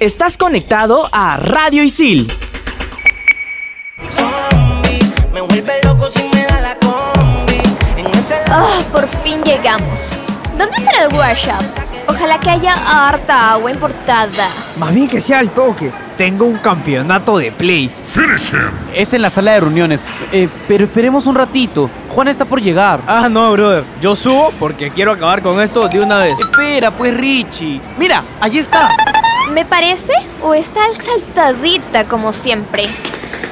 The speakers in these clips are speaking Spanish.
Estás conectado a Radio Isil. Oh, por fin llegamos. ¿Dónde será el workshop? Ojalá que haya harta agua importada. Más bien que sea al toque. Tengo un campeonato de play. Es en la sala de reuniones. Eh, pero esperemos un ratito. Juan está por llegar. Ah, no, brother. Yo subo porque quiero acabar con esto de una vez. Espera, pues Richie. Mira, allí está. ¿Me parece? ¿O está exaltadita como siempre?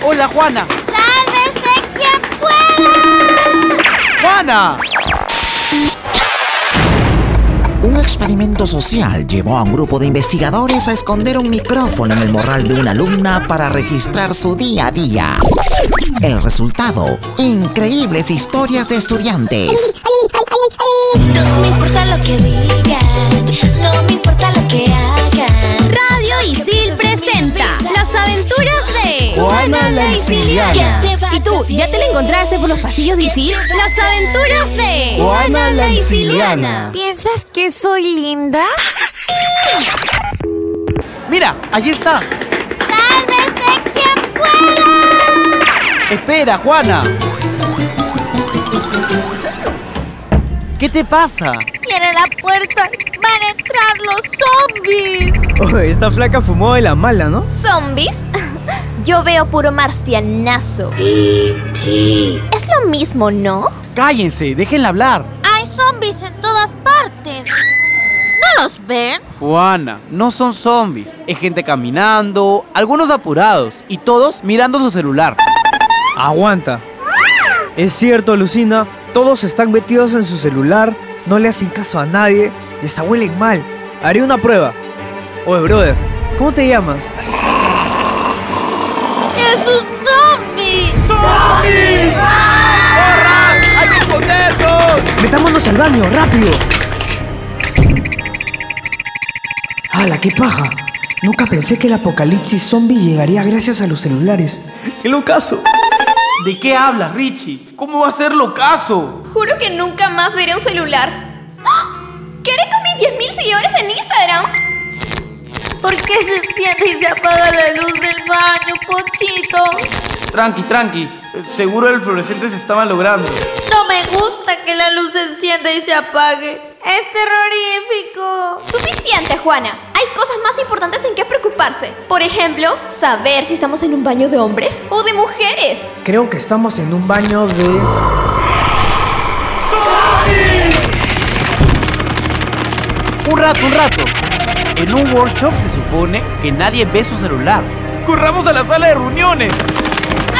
Hola, Juana. ¡Sálvese quien pueda! ¡Juana! Un experimento social llevó a un grupo de investigadores a esconder un micrófono en el morral de una alumna para registrar su día a día. El resultado, increíbles historias de estudiantes. No me importa lo que digan, no me importa lo que hagan. Radio Isil presenta Las aventuras de Juana la Isiliana. ¿Y tú, ya te la encontraste por los pasillos de Isil? Las aventuras de Juana la Isiliana. ¿Piensas que soy linda? Mira, allí está. ¡Sálvese quien pueda! Espera, Juana. ¿Qué te pasa? Cierra la puerta, van a entrar los zombies. Oh, esta flaca fumó de la mala, ¿no? ¿Zombies? Yo veo puro marcianazo. Es lo mismo, ¿no? Cállense, déjenla hablar. Hay zombies en todas partes. ¿No los ven? Juana, no son zombies. Es gente caminando, algunos apurados y todos mirando su celular. Aguanta. Es cierto, Lucina. Todos están metidos en su celular. No le hacen caso a nadie. Les huelen mal. Haré una prueba. Oye, brother, ¿cómo te llamas? ¡Es un zombie! ¡Zombies! ¡Corran! ¡Hay que escondernos! Metámonos al baño, rápido. ¡Hala, qué paja! Nunca pensé que el apocalipsis zombie llegaría gracias a los celulares. ¡Qué locazo! ¿De qué hablas, Richie? ¿Cómo va a ser locazo? Juro que nunca más veré un celular. ¡Ah! ¿Qué haré con mis 10.000 seguidores en Instagram? ¿Por qué se enciende y se apaga la luz del baño, Pochito? Tranqui, tranqui. Eh, Seguro el fluorescente se estaba logrando. No me gusta que la luz se encienda y se apague. Es terrorífico. Suficiente, Juana. Hay cosas más importantes en que preocuparse. Por ejemplo, saber si estamos en un baño de hombres o de mujeres. Creo que estamos en un baño de... Un rato, un rato. En un workshop se supone que nadie ve su celular. ¡Corramos a la sala de reuniones!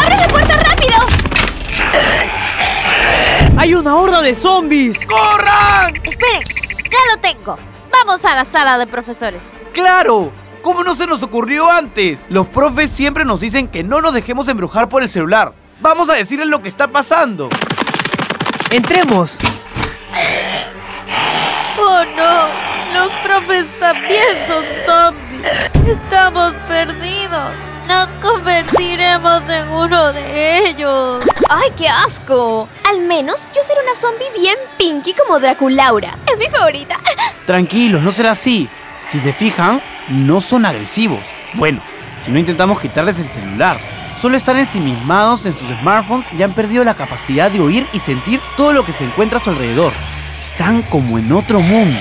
¡Abre la puerta rápido! ¡Hay una horda de zombies! ¡Corran! Esperen, ya lo tengo. Vamos a la sala de profesores. ¡Claro! ¿Cómo no se nos ocurrió antes? Los profes siempre nos dicen que no nos dejemos embrujar por el celular. Vamos a decirles lo que está pasando. ¡Entremos! Oh no, los profes también son zombies. Estamos perdidos. Nos convertiremos en uno de ellos. ¡Ay, qué asco! Al menos yo seré una zombie bien pinky como Draculaura. Es mi favorita. Tranquilos, no será así. Si se fijan, no son agresivos. Bueno, si no intentamos quitarles el celular. Solo están ensimismados en sus smartphones y han perdido la capacidad de oír y sentir todo lo que se encuentra a su alrededor. Están como en otro mundo.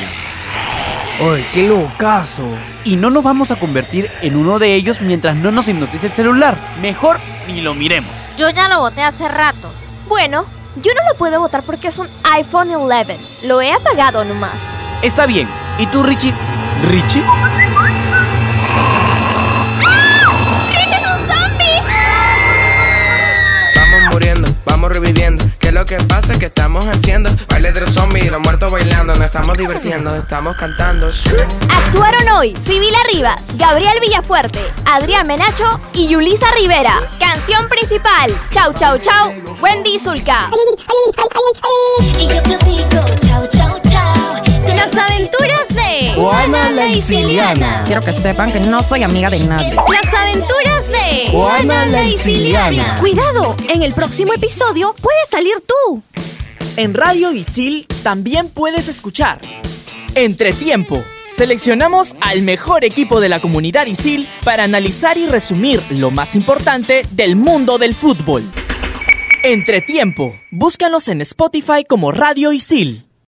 ¡Ay, qué locazo! Y no nos vamos a convertir en uno de ellos mientras no nos hipnotice el celular. Mejor ni lo miremos. Yo ya lo voté hace rato. Bueno, yo no lo puedo votar porque es un iPhone 11. Lo he apagado nomás. Está bien. ¿Y tú, Richie? ¿Richie? ¡Rich es un zombie! Vamos muriendo, vamos reviviendo. Que lo que pasa es que estamos haciendo baile de zombies, los muertos bailando. Nos estamos divirtiendo, estamos cantando. Actuaron hoy Sibila Rivas, Gabriel Villafuerte, Adrián Menacho y Yulisa Rivera. Canción principal. Chau, chau, chau. Wendy Zulka. Y yo te digo, chao, chao, chao. Te Las aventuras de Juana la Isiliana. Quiero que sepan que no soy amiga de nadie. Las aventuras de Juana la Isiliana. Cuidado, en el próximo episodio puedes salir tú. En Radio Isil también puedes escuchar Entretiempo, Seleccionamos al mejor equipo de la comunidad ISIL para analizar y resumir lo más importante del mundo del fútbol. Entretiempo. Búscanos en Spotify como Radio ISIL.